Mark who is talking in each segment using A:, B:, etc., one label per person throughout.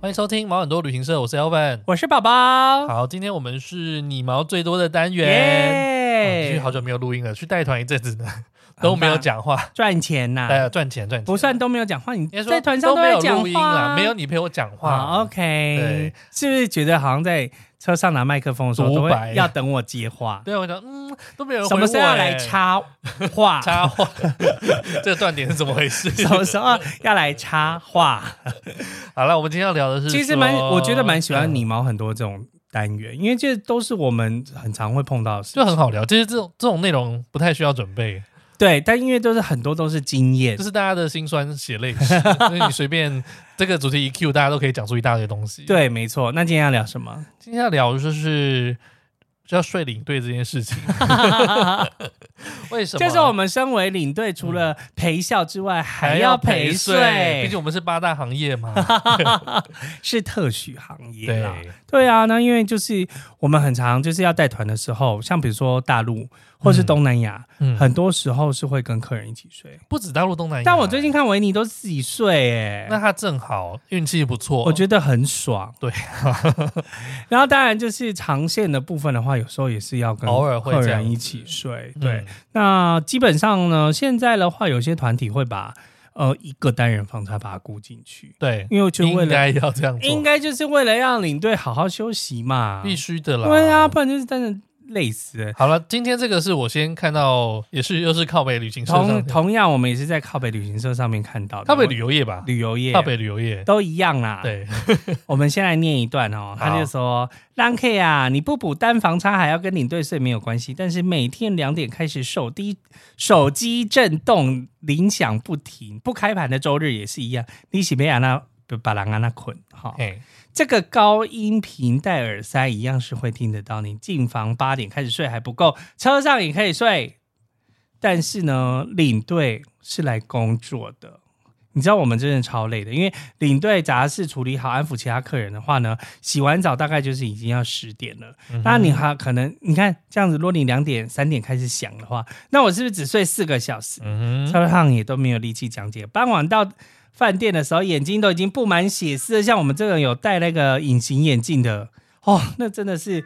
A: 欢迎收听毛很多旅行社，我是 Elvin。
B: 我是宝宝，
A: 好，今天我们是你毛最多的单元。啊其实
B: 耶
A: 好久没有录音了，去带团一阵子呢， 都没有讲话，
B: 赚钱呐、
A: 哎呀，赚钱赚钱，
B: 不算都没有讲话，你
A: 应该说
B: 在团上
A: 都没
B: 会
A: 有
B: 讲
A: 录音
B: 话
A: 啦，
B: 啊，
A: 没有你陪我讲
B: 啊
A: 话，
B: ，OK，
A: 对
B: 是不是觉得好像在车上拿麦克风的时候都
A: 独白
B: 会要等我接话？
A: 对，我讲嗯，都没有人
B: 什
A: 回
B: 么
A: 我
B: 时候要来
A: 哎
B: 插话？
A: 插话？ 这个断点是怎么回 事？
B: 什么时候要来插话？
A: 好了，我们今天要聊的是说，
B: 其实蛮，我觉得蛮喜欢
A: 嗯，
B: 你毛很多这种单元，因为这都是我们很常会碰到的事情
A: 就很好聊。其实这种这种内容不太需要准备，
B: 对，但因为都是很多都是经验
A: 就，是大家的辛酸血泪 史，所以你随便 这个主题一 Q，大家都可以讲出一大堆东西。，
B: 对，没错。那今天要聊 什么？
A: 今天要聊的就是要睡领队这件事 情，为什么？嗯
B: 就是我们身为领队，除了陪笑之外，还要
A: 睡，
B: 陪
A: 毕
B: 睡
A: 竟，我们是八大行业 嘛。
B: 是特许行业啦。
A: 对，
B: 对啊，那因为就是我们很常就是要带团的时候，像比如说大陆或是东南亚，
A: 嗯，哎
B: 很多时候是会跟客人一起睡。
A: 不止大陆东南亚，
B: 但我最近看维尼都是自己睡、哎，
A: 那他正好运气不错，
B: 我觉得很爽。
A: 对，
B: 然后当然就是长线的部分的话，有时候也是要跟
A: 偶尔会
B: 客
A: 这样
B: 人
A: 子
B: 一起睡。
A: 嗯
B: 对，，那基本上呢，现在的话，有些团体会把呃一个单人房才把它估进去，
A: 对，
B: 因为就为
A: 应
B: 了
A: 该要这样做，
B: 应该就是为了让领队好好休息嘛。
A: 必须的啦。
B: 对啊，不然就是真的累死了。
A: 好了，今天这个是我先看到，也是又是靠北旅行社上
B: 同
A: 的，
B: 同样，我们也是在靠北旅行社上面看到的，
A: 靠北旅游业吧，
B: 旅游业
A: 靠北旅游业，
B: 都一样啦。。
A: 对，
B: 我们先来念一段哦，
A: 好
B: 他就说：“浪 K 啊，你不补单房差还要跟领队睡没有关系，但是每天两点开始手机手机震动铃响不停，不开盘的周日也是一样，你喜被安那把狼啊安那捆哈。
A: 嘿，
B: 这个高音频戴耳塞一样是会听得到。你进房八点开始睡还不够，车上也可以睡，但是呢，领队是来工作的。你知道我们真的超累的，因为领队杂事处理好，安抚其他客人的话呢，洗完澡大概就是已经要十点了。
A: 嗯哼
B: 那你还可能你看这样子，如果你两点三点开始想的话，那我是不是只睡四个小时？
A: 嗯哼，
B: 车上也都没有力气讲解。傍晚到饭店的时候，眼睛都已经布满血丝了。像我们这种有戴那个隐形眼镜的，哦，那真的是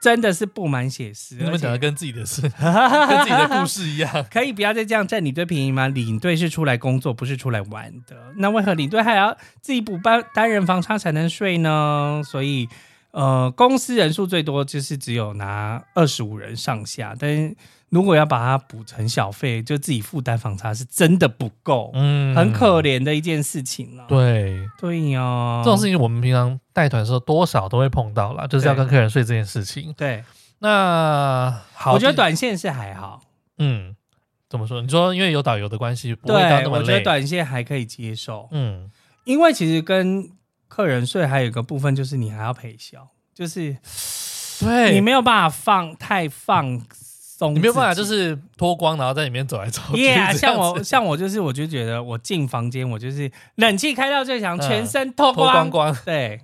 B: 真的是布满血丝。
A: 你
B: 而
A: 们讲的
B: 且
A: 跟自己 的事，跟自己的故事一样，
B: 可以不要再这样占领队便宜吗？领队是出来工作，不是出来玩的。那为何领队还要自己补班单人房差才能睡呢？所以。呃，公司人数最多就是只有拿二十五人上下，但是如果要把它补成小费，就自己负担房差是真的不够。
A: 嗯
B: 很可。怜嗯的一件事情了。
A: 对，
B: 对呀、
A: 这种事情我们平常带团的时候多少都会碰到啦，就是要
B: 对
A: 跟客人睡这件事情。
B: 对，
A: 那好，
B: 我觉得
A: 第
B: 短线是还好，
A: 嗯，怎么说？你说因为有导游的关系，不会到
B: 对
A: 那么
B: 我觉得
A: 累。
B: 短线还可以接受，
A: 嗯，
B: 因为其实跟客人睡还有一个部分就是你还要陪笑，就是
A: 对，
B: 你没有办法放太放松，
A: 你没有办法就。是脱光，然后在里面走来走去。
B: 耶、yeah,，
A: 这样
B: 像
A: 子
B: 我像我就是，我就觉得我进房间，我就是冷气开到最强，
A: 嗯
B: 全身脱
A: 脱
B: 光，
A: 光光，
B: 对，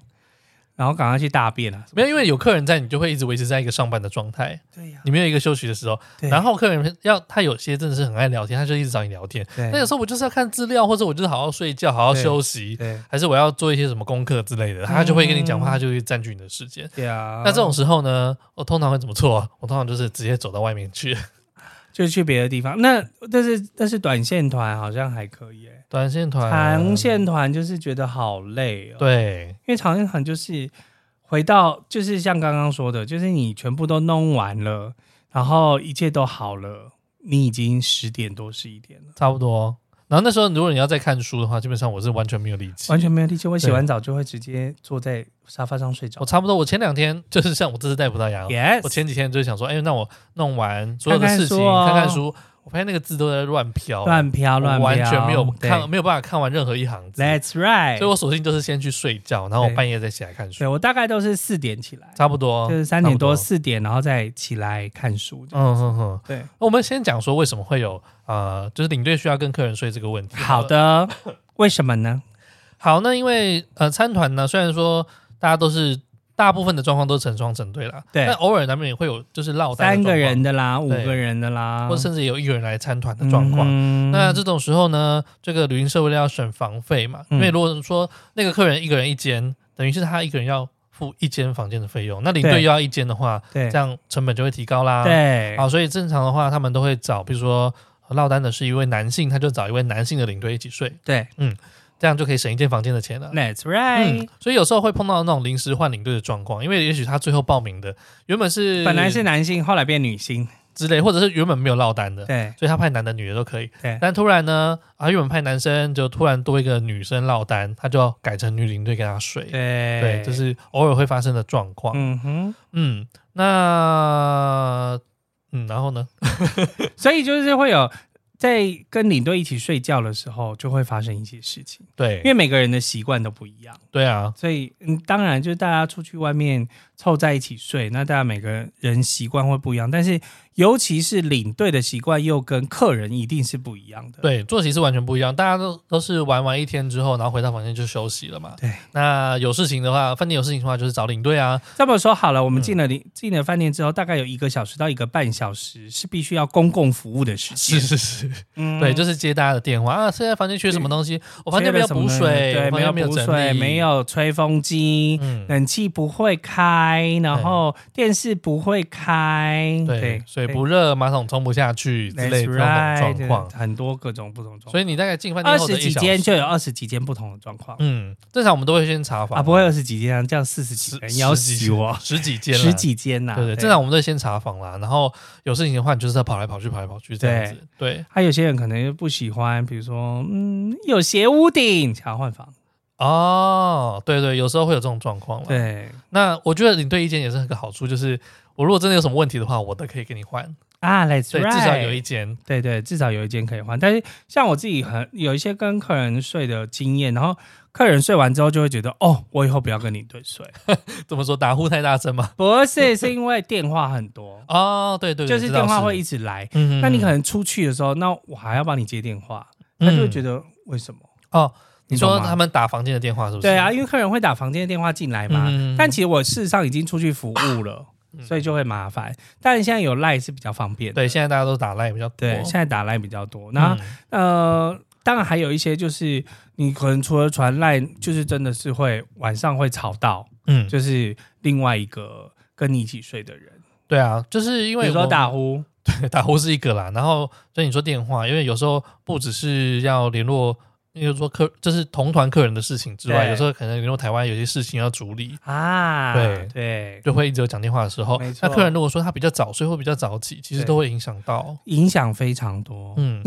B: 然后赶快去大便啊，
A: 没有，因为有客人在，你就会一直维持在一个上班的状态，
B: 对呀、
A: 你没有一个休息的时候。
B: 对
A: 然后客人要他有些真的是很爱聊天，他就一直找你聊天。
B: 对
A: 那有时候我就是要看资料，或者我就是好好睡觉，好好
B: 对
A: 休息，
B: 对
A: 还是我要做一些什么功课之类的，他就会跟你讲话，他就会占据你的时间。
B: 对啊，
A: 那这种时候呢，我通常会怎么做啊？我通常就是直接走到外面 去。
B: 就去别的地方。那但是但是短线团好像还可以、欸，
A: 短线团，
B: 长线团就是觉得好累哦。，
A: 对，
B: 因为长线团就是回到就是像刚刚说的，就是你全部都弄完了，然后一切都好了，你已经十点多十一点了，
A: 差不多。然后那时候如果你要再看书的话，基本上我是完全没有力气。
B: 完全没有力气。我洗
A: 对
B: 完澡就会直接坐在沙发上睡着
A: 我。差不多，我前两天就是像我这次带葡萄牙
B: Yes，
A: 我前几天就想说，哎，那我弄完所有的
B: 看看
A: 事情，
B: 书哦
A: 看看书，我发现那个字都在乱飘，
B: 乱飘乱
A: 我
B: 飘，
A: 完全没有
B: 对
A: 看，没有办法看完任何一行字，
B: That's right。
A: 所以我索性就是先去睡觉，然后我
B: 对
A: 半夜再起来看书
B: 对，我大概都是四点起来，
A: 差不多
B: 就是三点多
A: 差不
B: 四点，然后再起来看书这样。
A: 嗯哼哼，
B: 对，
A: 我们先讲说为什么会有呃，就是领队需要跟客人睡这个问题。
B: 好，的，为什么呢？
A: 好，那因为呃参团呢，虽然说大家都是大部分的状况都是成双成对啦，
B: 对
A: 但偶尔难免也会有就是落单的
B: 三
A: 状
B: 个
A: 况
B: 人，的啦，五
A: 对
B: 个人的啦，
A: 或甚至有一个人来参团的状况。
B: 嗯哼
A: 那这种时候呢，这个旅行社为了要省房费嘛，
B: 嗯
A: 因为如果说那个客人一个人一间，等于是他一个人要付一间房间的费用，那领队
B: 对
A: 又要一间的话，
B: 对
A: 这样成本就会提高啦。
B: 对
A: 好，所以正常的话，他们都会找，比如说落单的是一位男性，他就找一位男性的领队一起睡，
B: 对
A: 这样就可以省一间房间的钱了。
B: ，That's
A: 嗯
B: right。，
A: 所以有时候会碰到那种临时换领队的状况，因为也许他最后报名的原本是
B: 本来是男性，后来变女性，
A: 之类，或者是原本没有落单的，
B: 对
A: 所以他派男的、女的都可以。
B: 对
A: 但突然呢，啊，原本派男生就突然多一个女生落单，他就要改成女领队跟他睡。
B: 对
A: 对，这是偶尔会发生的状况。
B: 嗯哼，
A: 嗯，那嗯，然后呢？
B: 所以就是会有在跟领队一起睡觉的时候，就会发生一些事情，因
A: 对，
B: 为每个人的习惯都不一样。
A: 对啊，
B: 所以，嗯，当然就是大家出去外面凑在一起睡，那大家每个人习惯会不一样，但是尤其是领队的习惯又跟客人一定是不一样的。
A: 对，作息是完全不一样，大家都都是玩完一天之后，然后回到房间就休息了嘛。
B: 对，
A: 那有事情的话，饭店有事情的话就是找领队啊。
B: 这么说好了，我
A: 嗯
B: 们进了领、进了饭店之后，大概有一个小时到一个半小时是必须要公共服务的时间。
A: 是是，
B: 嗯
A: 对，就是接大家的电话啊。现在房间缺什么东西？我房间没有补水，
B: 对，
A: 我
B: 没
A: 房间没
B: 补
A: 整
B: 水，
A: 理，
B: 没。有吹风机。
A: 嗯，
B: 冷气不会开，然后电视不会开，
A: 对，水不热，马桶冲不下去之类
B: 嗯 That's
A: 的那
B: right，
A: 种状况。
B: 很多各种不同状况。
A: 所以你大概进饭店
B: 二
A: 后的
B: 十
A: 一
B: 几
A: 小
B: 间
A: 时，
B: 就有二十几间不同的状况、
A: 嗯，正常我们都会先查房
B: 啊，不会二十几间啊，这样四十几
A: 十
B: 间，你要
A: 十几
B: 死 我，
A: 十几间啦，
B: 十几间呐、
A: 对对，正常我们都会先查房啦。然后有事情的话，你就是要跑来跑去，跑来跑去这样子。对，
B: 还、有些人可能就不喜欢，比如说，嗯，有斜屋顶，想要换房。
A: 哦，对对，有时候会有这种状况啦。
B: 对
A: 那我觉得领队意见也是很个好处，就是我如果真的有什么问题的话，我都可以给你换，
B: 啊，Let's
A: 对，
B: right，
A: 至少有一间，
B: 对对，至少有一间可以换。但是像我自己很有一些跟客人睡的经验，然后客人睡完之后就会觉得，哦，我以后不要跟你对睡。
A: 怎么说打呼太大声嘛？
B: 不是，是因为电话很 多，
A: 哦，对对，对
B: 就是电话，会
A: 知道
B: 一直来。
A: 嗯
B: 那你可
A: 能
B: 能出去的时候，那我还要帮你接电话，他就会觉
A: 得
B: 得为什么？
A: 嗯哦，你
B: 你懂
A: 说
B: 吗
A: 他们打房间的电话是不是？
B: 对啊，，因为客人会打房间的电话进来嘛。
A: 嗯
B: 但其实我事实上已经出去服务了，
A: 嗯
B: 所以就会麻烦。但现在有 Line 是比较方便的
A: 对，现在大家都打赖比较多，嗯
B: 对，现在打 Line 比较多。那、呃，当然还有一些就是你可能除了传 Line，就是真的是会晚上会吵到，
A: 嗯，嗯
B: 就是另外一个跟你一起睡的人，
A: 对啊，就是因
B: 比
A: 为
B: 如说
A: 我
B: 打呼，
A: 打呼是一个啦，然后所以你说电话，因为有时候不只是要联络。因为说客就是同团客人的事情之外，
B: 对
A: 有时候可能联络台湾有些事情要处理，
B: 啊，
A: 对
B: 对，
A: 就会一直有讲电话的时候
B: 没，错
A: 那客人如果说他比较早睡或比较早起，其实
B: 对哦
A: 都会影响到。
B: 影响非常多。
A: 嗯，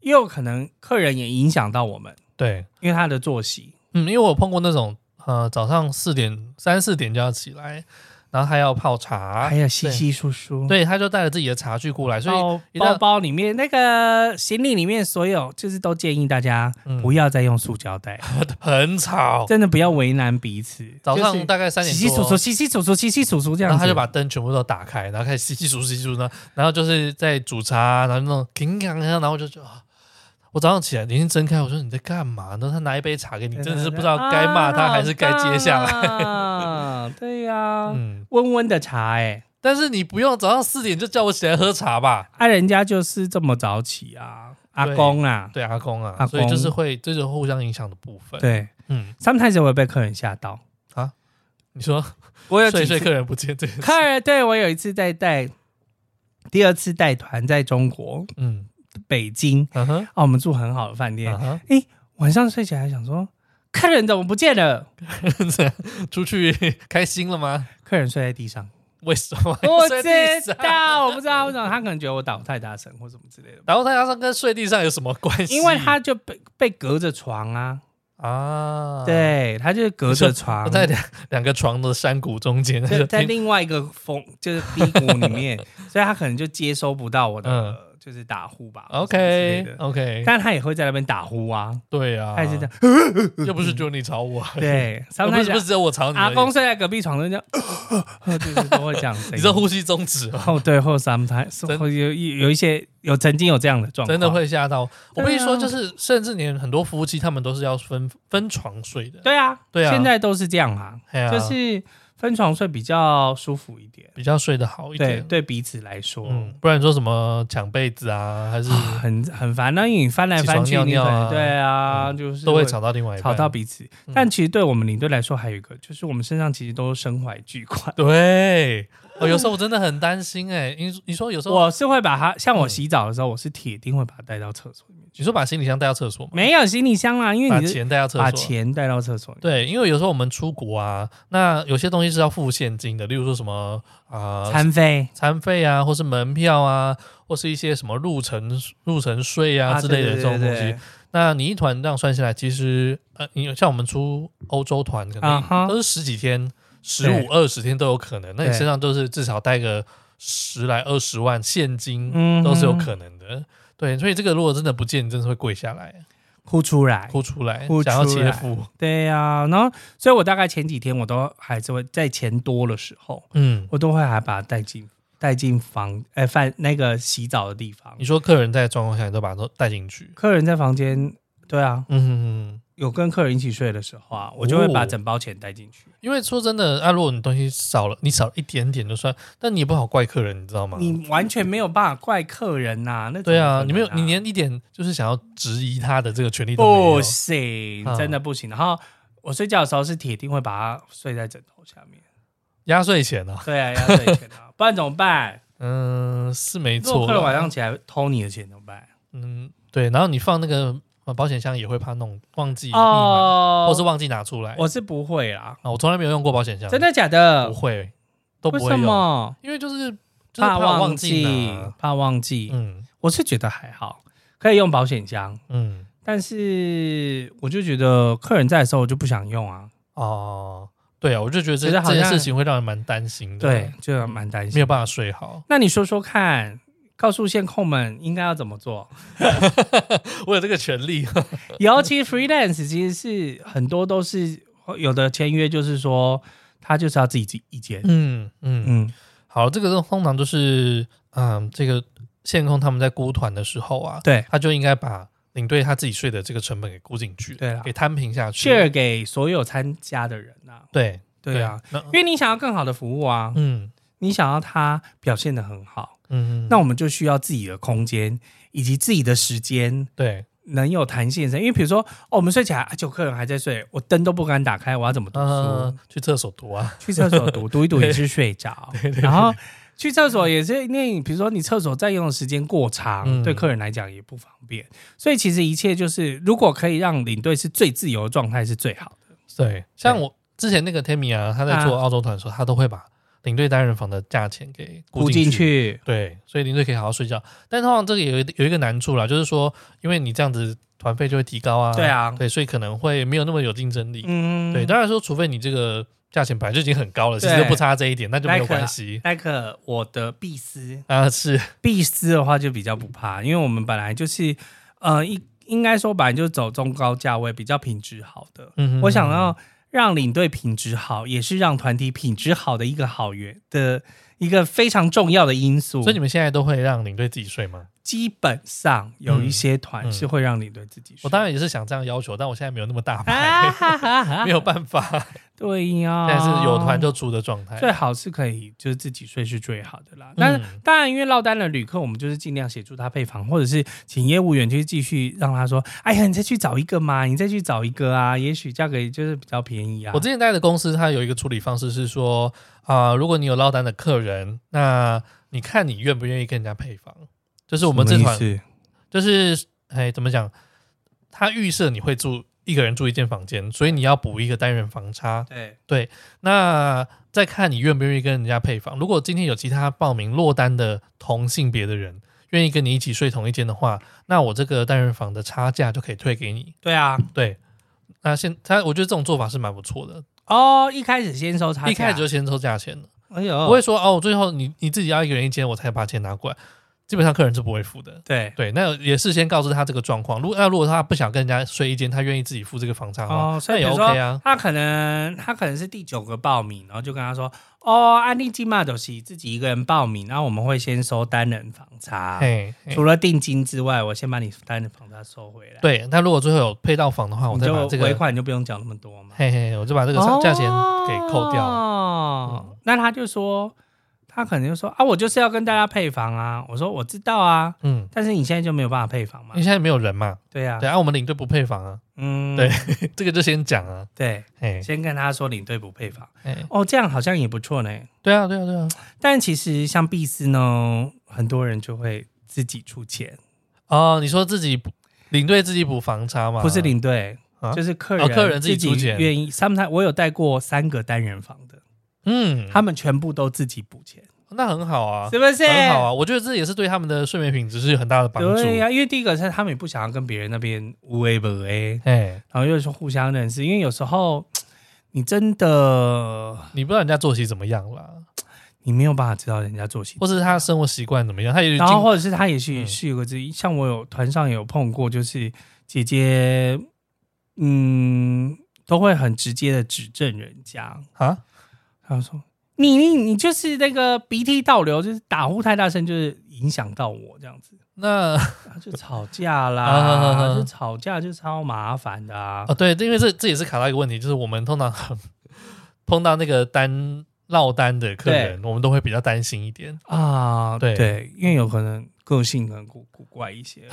B: 也有可能客人也影响到我们，
A: 对，
B: 因为他的作息。
A: 嗯，因为我碰过那种呃早上四点三四点就要起来，然后还要泡茶
B: 还，有稀稀疏疏，
A: 对，他就带着自己的茶具过来，所以
B: 包
A: 一旦
B: 包包里面那个行李里面所有，就是都建议大家
A: 嗯
B: 不要再用塑胶袋，
A: 很吵。
B: 真的不要为难彼此。
A: 早
B: 就
A: 上
B: 是
A: 大概三
B: 洗
A: 点
B: 洗
A: 多
B: 簌簌，洗洗簌簌，洗洗簌簌这
A: 然
B: 样子，
A: 后他就把灯全部都打开，然后开始稀稀疏疏稀稀疏呢，然后就是在煮茶，然后那种叮当当，然后我就觉得啊，我早上起来眼睛睁开，我说你在干嘛呢？他拿一杯茶给你，
B: 对啊
A: 真的是不知道该骂他还是该接下来。。
B: 来，对呀，
A: 嗯，
B: 温温的茶哎，
A: 但是你不用早上四点就叫我起来喝茶吧？
B: 啊，人家就是这么早起啊，阿公啊，
A: 对，阿公啊，
B: 阿公
A: 所以就是会这种互相影响的部分。，
B: 对
A: 嗯，啊
B: ，sometimes 我会被客人吓到，
A: 你说
B: 我有
A: 睡
B: 几
A: 一睡
B: 次
A: 客人不见这个，
B: 客人，对我有一次在带，第二次带团在中国
A: 嗯，
B: 北京，
A: 嗯哼，
B: 啊，我们住很好的饭店，
A: 嗯哼
B: 晚上睡起来想说，客人怎么不见了？
A: 出去开心了吗？
B: 客人睡在 地上，
A: 为什么？
B: 我
A: 睡地
B: 知
A: 上。
B: 道，我不知道为什么，他可能觉得我打呼太大声或什么之类的吧，
A: 然后再加上跟睡地上有什么关系？
B: 因为他就被被隔着床啊，
A: 啊，，
B: 对，他就是隔着
A: 我
B: 床，
A: 在两两个床的山谷中间，
B: 在
A: 就
B: 在
A: 听
B: 另外一个风就是低谷里面，所以他可能就接收不到我的。
A: 嗯
B: 就是打呼吧或什么之类
A: OK
B: 的
A: OK，
B: 但他也会在那边打呼啊，
A: 对啊，
B: 他也是这样。
A: 又不是只有你吵我，
B: 对，
A: 又
B: 嗯常
A: 不
B: 常
A: 是不是只 有我吵你而
B: 阿
A: 已，
B: 公睡在隔壁床，就这样，就是都会这样 声音。
A: 你这呼吸终止哦，
B: 哦，对，或者 sometimes
A: 真
B: 或者有有有一些有曾经有这样的状况，
A: 真的会吓到。我必须说，
B: 对啊
A: 就是甚至连很多夫妻他们都是要分分床睡的，
B: 对啊，
A: 对啊
B: 现在都是这样啊，
A: 哎呀，
B: 就是分床睡比较舒服一点，
A: 比较睡得好一
B: 对
A: 点，
B: 对彼此来说，
A: 嗯，不然说什么抢被子啊，还是
B: 啊很很烦。那因为你翻来翻去，
A: 起床尿尿啊
B: 你可能对啊，就是
A: 都会吵到另外一
B: 吵
A: 半，嗯
B: 到彼此。但其实对我们领队来说，还有一个就是我们身上其实都身怀巨款。
A: 对。哦，有时候我真的很担心哎，你你说有嗯时候
B: 我是会把它，像我洗澡的时候，我是铁定会把它带到厕所里面去。
A: 你说把行李箱带到厕所嘛，
B: 没有行李箱啦，因为
A: 把
B: 你是
A: 钱带到厕
B: 把
A: 所，
B: 钱带到厕所里面，
A: 对，因为有时候我们出国啊，那有些东西是要付现金的，例如说什么啊、呃、
B: 餐费
A: 餐费啊，或是门票啊，或是一些什么入城入城税啊之类的这种东。
B: 对对对
A: 西
B: 对。
A: 那你一团这样算下来，其实呃，你像我们出欧洲团，可
B: 啊哈
A: 能都是十几天、十
B: 对
A: 五二十天都有可能。那你
B: 对
A: 身上都是至少带个十来二十万现金，
B: 嗯
A: 都是有
B: 哼
A: 可能的。对，所以这个如果真的不见，你真的会跪下来
B: 哭出来。
A: 哭出来，
B: 哎哭
A: 想要
B: 出
A: 切
B: 来
A: 腹。
B: 对呀、然后，所以我大概前几天我都还是会在钱多的时候，
A: 嗯，
B: 我都会还把它带进带进房，哎、饭那个洗澡的地方
A: 你。说客人在的状况下，你都把它都带进去。
B: 客人在房间，对啊，
A: 嗯哼哼，
B: 有跟客人一起睡的时候啊，我就会把整包钱带进去。
A: 因为说真的，啊，如果你东西少了，你少了一点点就算，但你也不好怪客人，你知道吗？
B: 你完全没有办法怪客人呐、那怎么
A: 哦对啊
B: 可能，
A: 你没有，你连一点就是想要质疑他的这个权利都没
B: 不
A: 有。
B: 行，
A: 啊
B: 真的不行。然后我睡觉的时候是铁定会把它睡在枕头下面。
A: 压岁钱啊，
B: 对啊，要睡前 啊，不然怎么办？
A: 嗯，是没
B: 如果
A: 错
B: 客人晚
A: 啦。
B: 上起来偷你的钱怎么办？
A: 嗯，对，然后你放那个呃保险箱也会怕弄忘记密码，
B: 哦，
A: 或是忘记拿出来。
B: 我是不会啦，
A: 啊，我从来没有用过保险箱，
B: 真的假
A: 不
B: 的？
A: 会，都不
B: 为
A: 会
B: 什
A: 用，
B: 么？
A: 因为就是就是
B: 怕
A: 怕我
B: 忘
A: 记
B: 记
A: 拿。，
B: 怕忘记。
A: 嗯
B: 我是觉得还好，可以用保险箱，
A: 嗯，
B: 但是我就觉得客人在的时候我就不想用啊。
A: 哦，对啊，我就觉得这
B: 觉得好
A: 这
B: 像
A: 件事情会让人蛮担心的，
B: 对，，就蛮担
A: 嗯没
B: 心
A: 有。办法睡好。
B: 那你说说看，告诉线控们应该要怎么做？
A: 我有这个权利，
B: 尤其 freelance 其实是很多都是有的签约，就是说他就是要自己自一间。
A: 嗯嗯，
B: 嗯，
A: 好，这个都通常都是，嗯，这个线控他们在估团的时候啊，
B: 对
A: 他就应该把领队他自己睡的这个成本给估进去，
B: 对啦
A: 给摊平下去，
B: ，share 给所有参加的人啊。
A: 对
B: 对啊，，
A: 那
B: 因为你想要更好的服务啊，
A: 嗯
B: 你想要他表现的很好，
A: 嗯，
B: 那我们就需要自己的空间以及自己的时间
A: 对，
B: 能有弹性的因为比如说，哦，我们睡起来，啊，就客人还在睡，我灯都不敢打开，我要怎么读书？
A: 嗯，去厕所读啊，
B: 去厕所读读一读也是睡 着，然后去厕所也是因为你比如说你厕所占用的时间过长，
A: 嗯
B: 对客人来讲也不方便。所以其实一切就是，如果可以让领队是最自由的状态是最好的。
A: 对，像我之前那个 Tammy 啊，他在做
B: 啊
A: 澳洲团的时候，他都会把领队单人房的价钱给
B: 估
A: 估
B: 进
A: 进去。
B: 去，
A: 对，所以您就可以好好睡觉。但通常这个有一有一个难处啦，就是说，因为你这样子团费就会提高啊，
B: 对，啊，
A: 对，所以可能会没有那么有竞争力。
B: 嗯，
A: 对，当然说，除非你这个价钱本来就已经很高了，其实
B: 对
A: 就不差这一点，那就没有
B: Nike 啊
A: 关系
B: 那个我的必思，
A: 啊。是，
B: 必思的话就比较不怕，因为我们本来就是，呃，一应该说本来就是走中高价位，比较品质好的。
A: 嗯
B: 我想，要让领队品质好，也是让团体品质好的一个好员的一个非常重要的因素。
A: 所以你们现在都会让领队自己睡吗？
B: 基本上有一些团
A: 嗯
B: 是会让领队自己睡。
A: 我当然也是想这样要求，但我现在没有那么大
B: 啊
A: 牌，
B: 哈哈 哈，
A: 没有办法，
B: 对呀、
A: 但是有团就出的状态。
B: 最好是可以就是自己睡是最好的啦。但是、
A: 嗯
B: 当然，因为落单的旅客，我们就是尽量协助他配房，或者是请业务员去继续让他说：“哎呀，你再去找一个嘛，你再去找一个啊，也许价格也就是比较便宜啊。”
A: 我之前待的公司，它有一个处理方式是说，啊、如果你有落单的客人，那你看你愿不愿意跟人家配房？就是我们这团，
B: 是
A: 就是哎，怎么讲？他预设你会住一个人住一间房间，所以你要补一个单人房差。
B: 对
A: 那再看你愿不愿意跟人家配房。如果今天有其他报名落单的同性别的人愿意跟你一起睡同一间的话，那我这个单人房的差价就可以退给你。
B: 对啊，
A: 对，那现他我觉得这种做法是蛮不错的，
B: 哦，一开始先收差价，
A: 一开始就先抽价钱了。
B: 哎呦，
A: 不会说哦，最后你你自己要一个人一间，我才把钱拿过来。基本上客人是不会付的。
B: 对，
A: 对，那也事先告知他这个状况。如果那如果他不想跟人家睡一间，他愿意自己付这个房差的话，
B: 哦，所
A: 那
B: 以
A: 也
B: 比如说
A: OK 啊。
B: 他可能他可能是第九个报名，然后就跟他说，哦，安利金嘛，就是自己一个人报名，然后我们会先收单人房差，
A: 嘿，嘿
B: 除了定金之外，我先把你单人房差收回来，，
A: 对，那如果最后有配到房的话，我
B: 你
A: 再把
B: 就
A: 这
B: 尾
A: 个，
B: 款就不用讲那么多嘛，
A: 嘿嘿，我就把这个上价钱给扣掉。嗯
B: 哦，那他就说，他可能就说啊，我就是要跟大家配房啊，我说我知道啊，
A: 嗯，
B: 但是你现在就没有办法配房嘛
A: 因为，现在没有人嘛，
B: 对啊，
A: 嗯对啊，我们领队不配房啊，
B: 嗯，
A: 对这个就先讲啊。
B: 对，
A: 嘿，
B: 先跟他说领队不配房，
A: 嘿
B: 哦，这样好像也不错呢。
A: 对啊，对啊，对啊。
B: 但其实像碧斯呢，很多人就会自己出钱，
A: 哦，你说自己补领队自己补房差吗？
B: 不是领队，
A: 啊
B: 就是客人、
A: 哦客人自
B: 自
A: 己出钱
B: 愿意。sometimes 我有带过三个单人房的，
A: 嗯，
B: 他们全部都自己补钱，
A: 那很好啊，
B: 是不是？
A: 很好啊。我觉得这也是对他们的睡眠品质是有很大的帮助。
B: 对呀、因为第一个是他们也不想要跟别人那边无 A 不 A，
A: 哎，
B: 然后又是互相认识，因为有时候你真的
A: 你不知道人家作息怎么样啦，
B: 你没有办法知道人家作息
A: 或是他生活习惯怎么样，他也
B: 然后或者是他也许
A: 嗯
B: 是有个之一，像我有团上有碰过，就是姐姐，嗯，都会很直接的指正人家，
A: 啊，
B: 她说你你你就是那个鼻涕倒流，就是打呼太大声，就是影响到我这样子，
A: 那
B: 然后就吵架
A: 啊
B: 啦，就吵架就超麻烦的啊
A: 啊，，对，因为这这也是卡到一个问题，就是我们通常 碰到那个单落单的客人，我们都会比较担心一点。
B: 啊，
A: 对
B: 对，因为有可能个性可能古古怪一 些，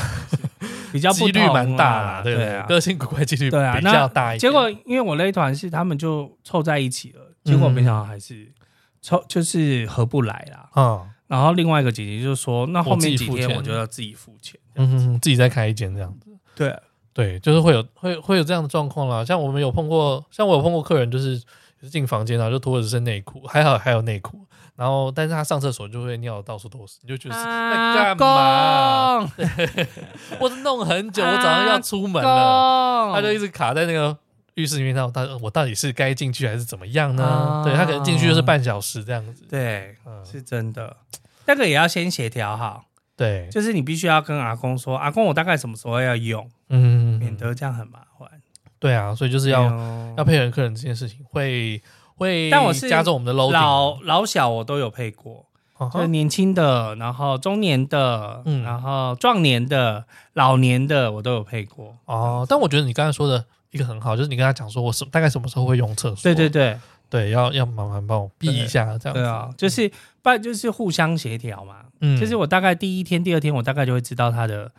B: 比较不
A: 几率
B: 同啊
A: 蛮大啦，对
B: 对
A: 不对？
B: 啊
A: 个性古怪几率
B: 对啊
A: 比
B: 那
A: 较大一点。
B: 结果因为我那一团是他们就凑在一起了，
A: 嗯
B: 结果没想到还是凑就是合不来啦。
A: 啊，
B: 然后另外一个姐姐就说：“那后面几
A: 我自己付
B: 天
A: 钱
B: 我就要自己付钱。
A: 嗯哼哼，自己再开一间这样子。”
B: 对，
A: 对，就是会有会会有这样的状况啦。像我们有碰过，像我有碰过客人，就是就是进房间然后啊就脱了只剩内裤，还好还有内裤，然后但是他上厕所就会尿得到处都是，你就觉得是在干嘛？
B: 公？
A: 我是弄很久，我早上要出门了，他
B: 他
A: 就一直卡在那个浴室里面，那我他我到底是该进去还是怎么样呢？对他可能进去就是半小时这样子，
B: 对，
A: 嗯，
B: 是真的。那个也要先协调好，
A: 对，
B: 就是你必须要跟阿公说，阿公我大概什么时候要用，免
A: 嗯，
B: 得这样很麻烦。
A: 对啊，所以就是要、
B: 哎
A: 要
B: 呦
A: 配合客人这件事情会会，
B: 但我是
A: 加重我们的 load
B: 老老小我都有配过，就是年轻的，然后中年的，
A: 嗯
B: 然后壮年的、老年的，我都有配过。
A: 哦，但我觉得你刚才说的一个很好，就是你跟他讲说我什大概什么时候会用厕所，
B: 对对对，
A: 对，要要麻烦帮我避一下这样子，
B: 对啊，就是不然就是互相协调嘛。
A: 嗯
B: 就是我大概第一天、第二天，我大概就会知道它的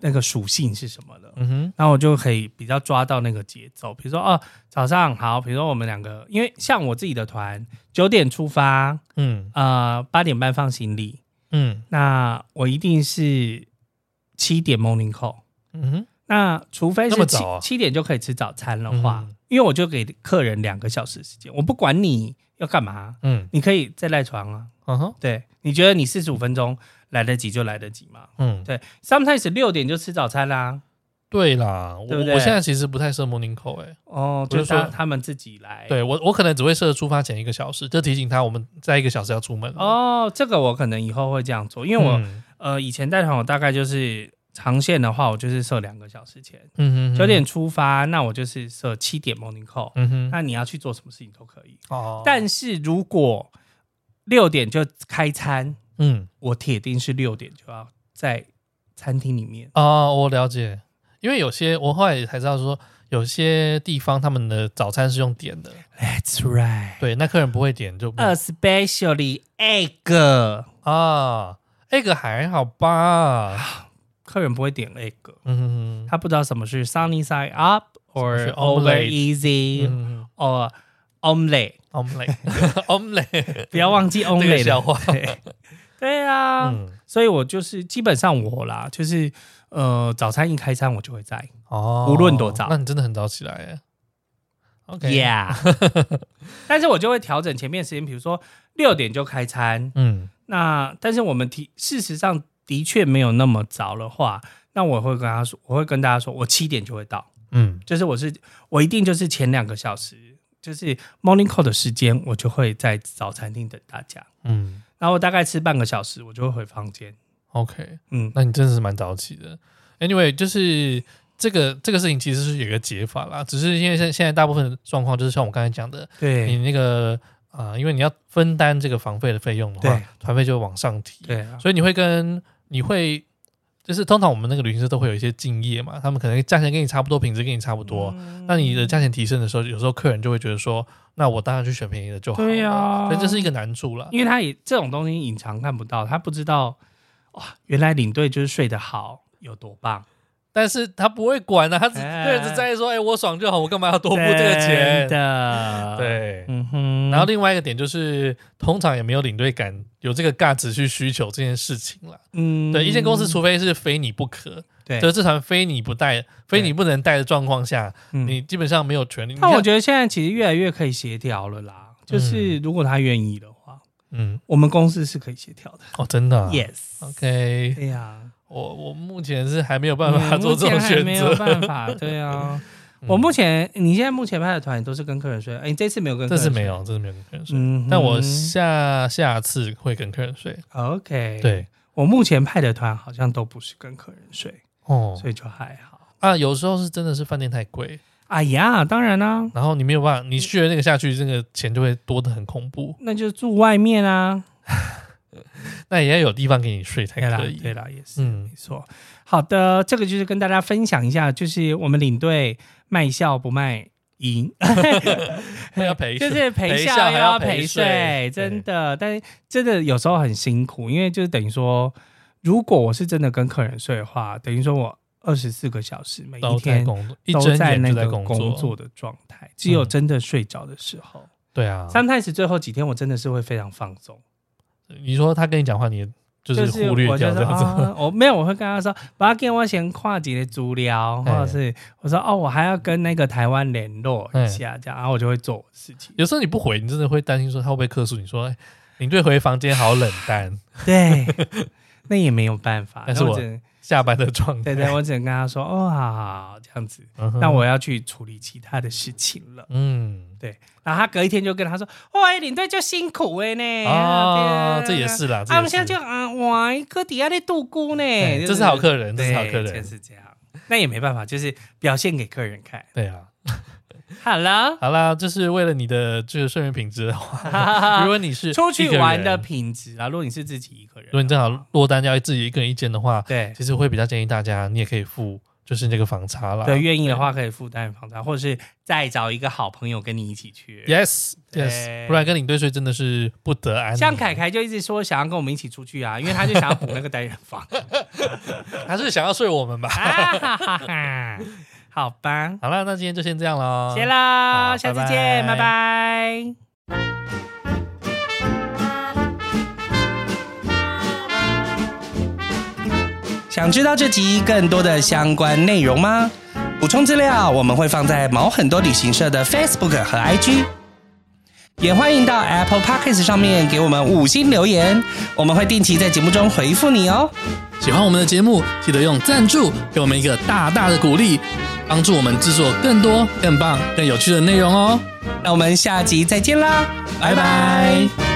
B: 那个属性是什么了。
A: 嗯哼，
B: 然后我就可以比较抓到那个节奏，比如说哦，早上好，比如说我们两个，因为像我自己的团，九点出发，
A: 嗯
B: 呃，八点半放行李，
A: 嗯
B: 那我一定是七点 morning call，
A: 嗯哼，
B: 那除非
A: 那么
B: 是七
A: 早啊
B: 七点就可以吃早餐的话，
A: 嗯
B: 因为我就给客人两个小时时间，我不管你要干嘛，
A: 嗯
B: 你可以再赖床啊。
A: 嗯哼，
B: 对，你觉得你四十五分钟来得及就来得及嘛？
A: 嗯，
B: 对，sometimes 六点就吃早餐啦。
A: 对啦，我
B: 对不对
A: 我现在其实不太设 morning call 哎、
B: 哦，
A: 我
B: 就
A: 就是
B: 他
A: 说
B: 他们自己来。，
A: 对我我可能只会设出发前一个小时，就提醒他我们在一个小时要出门了，
B: 哦，这个我可能以后会这样做，因为我、
A: 嗯
B: 呃以前带团，我大概就是长线的话，我就是设两个小时前，
A: 嗯哼
B: 九、点出发，那我就是设七点 morning call，、
A: 嗯哼，
B: 那你要去做什么事情都可以。
A: 哦，
B: 但是如果六点就开餐，
A: 嗯
B: 我铁定是六点就要在餐厅里面。
A: 哦，我了解，因为有些我后来也才知道说。有些地方他们的早餐是用点的，
B: That's right.
A: 对，那客人不会点就不
B: Especially egg，
A: 啊，egg 还好吧？
B: 客人不会点 egg，
A: 嗯哼
B: 他不知道什么是 sunny side up
A: 什么
B: or
A: 是
B: over
A: omelette
B: easy
A: 嗯
B: or omelette，
A: 哼，omelette，omelette，
B: 嗯 不要忘 记
A: 这个
B: omelette
A: 笑
B: 的。
A: 话。
B: 对对啊，
A: 嗯，
B: 所以我就是基本上我啦，就是呃早餐一开餐我就会在
A: 哦
B: 无论多早
A: 那你真的很早起来耶。OK，
B: Yeah，但是我就会调整前面时间，比如说六点就开餐。
A: 嗯
B: 那但是我们提，事实上的确没有那么早的话，那我会跟他说，我会跟大家说，我七点就会到，
A: 嗯
B: 就是我是我一定就是前两个小时，就是 morning call 的时间，我就会在早餐厅等大家。
A: 嗯，
B: 然后我大概吃半个小时，我就会回房间。
A: OK，
B: 嗯，
A: 那你真的是蛮早起的。Anyway，就是这个这个事情其实是有一个解法啦，只是因为现现在大部分的状况就是像我刚才讲的，你
B: 对
A: 那个啊、因为你要分担这个房费的费用的话
B: 对，
A: 团费就往上提，
B: 对啊，
A: 所以你会跟你会就是通常我们那个旅行社都会有一些敬业嘛，他们可能价钱跟你差不多，品质跟你差不
B: 嗯
A: 多，那你的价钱提升的时候，有时候客人就会觉得说，那我当然去选便宜的就好了，
B: 对啊
A: 所以这是一个难处啦。
B: 因为他也这种东西隐藏看不到，他不知道哇，原来领队就是睡得好有多棒，
A: 但是他不会管啊，他只
B: 哎
A: 对只在意说，哎、我爽就好，我干嘛要多付这个钱
B: 真？的，，
A: 对。
B: 嗯哼，
A: 然后另外一个点就是，通常也没有领队敢有这个尬持续需求这件事情啦。
B: 嗯
A: 对，一间公司除非是非你不可，
B: 对
A: 就是这团非你不带、非你不能带的状况下，
B: 嗯
A: 你基本上没有权利。
B: 但我
A: 得，
B: 觉得现在其实越来越可以协调了啦，就是如果他愿意的话，
A: 嗯，
B: 我们公司是可以协调的。
A: 哦，真的、啊、
B: yes，
A: OK，
B: 对呀，
A: 我我目前是还没有办法
B: 嗯
A: 做这种
B: 目前还
A: 选
B: 没有
A: 择。
B: 办法，对啊。
A: 嗯
B: 我目前你现在目前拍的团也都是跟客人睡，哎，你这次没有跟客
A: 这
B: 人
A: 次
B: 睡，
A: 没有，这次没有跟客人睡。
B: 嗯哼，
A: 但我下下次会跟客人睡。
B: OK，，
A: 对，
B: 我目前派的团好像都不是跟客人睡，
A: 哦
B: 所以就还好。
A: 啊，有时候是真的是饭店太贵，
B: 哎呀，当然啦、
A: 然后你没有办法，你续了那个下去，这个钱就会多的很恐怖。
B: 那就住外面啊。
A: 那也要有地方给你睡才
B: 对啦
A: 可以。，
B: 对啦，也是。
A: 嗯
B: 没，错，好的，这个就是跟大家分享一下，就是我们领队卖笑不卖 淫，
A: 那要陪
B: 就是陪
A: 陪笑
B: 笑
A: 还
B: 又
A: 要
B: 要
A: 陪
B: 陪
A: 睡
B: 睡，真的，但是真的有时候很辛苦，因为就是等于说，如果我是真的跟客人睡的话，等于说我二十四个小时每一
A: 都在
B: 天
A: 工作，一
B: 都
A: 睁
B: 在
A: 眼
B: 那
A: 就在
B: 个
A: 工
B: 工作的状态，只有
A: 嗯
B: 真的睡着的时候。
A: 对啊，
B: 三太子最后几天，我真的是会非常放松。
A: 你说他跟你讲话，你也就是忽略
B: 我就
A: 掉
B: 是
A: 这样子。
B: 啊、我没有，我会跟他说，不要跟我先跨级的足疗，
A: 哎。
B: 或者是我说哦，我还要跟那个台湾联络一下，这样，然后我就会做我的事情
A: 有时候你不回，你真的会担心说他会不会客诉你说，哎你对回房间好冷淡，
B: 对，那也没有办法。
A: 但是我
B: 那只能
A: 下班的状态。
B: 对对，我只能跟他说哦，好好好这样子，
A: 嗯哼
B: 那我要去处理其他的事情了。
A: 嗯
B: 然后他隔一天就跟他说，哇、哎领队就辛苦哎呢，
A: 啊，
B: 对
A: 这也。是啦，
B: 啊，我们
A: 这
B: 现在
A: 也是
B: 就啊，哇，一个底下在度孤呢
A: 哎，
B: 就
A: 这是好客人，这
B: 对，
A: 是好客
B: 就
A: 人，
B: 是这样。那也没办法，就是表现给客人看。
A: 对啊。
B: 好了，
A: 好啦，就是为了你的这个睡眠品质的话，如果你是
B: 啊 出
A: 一
B: 去
A: 个
B: 玩
A: 人
B: 的品质啊，如果你是自己一个人啊，
A: 如果你正好落单要自己一个人一间的话，
B: 对
A: 其实会比较建议大家，你也可以付就是那个房差啦。
B: 对愿意的话，可以负担房价，或者是再找一个好朋友跟你一起去。
A: ，yes
B: 对
A: yes，不然跟领队睡真的是不得安宁。
B: 像凯凯就一直说想要跟我们一起出去啊，因为他就想要补那个单人 房。
A: 还是想要睡我们吧。
B: 啊哈哈哈！好吧，
A: 好啦，那今天就先这样喽，
B: 谢啦，
A: 好
B: 下次
A: 拜拜
B: 见，拜拜想知道这集更多的相关内容吗？补充资料我们会放在毛很多旅行社的 Facebook 和 IG，也欢迎到 Apple Podcast 上面给我们五星留言，我们会定期在节目中回复你哦。
C: 喜欢我们的节目，记得用赞助给我们一个大大的鼓励，帮助我们制作更多、更棒、更有趣的内容哦。
B: 那我们下集再见啦，拜拜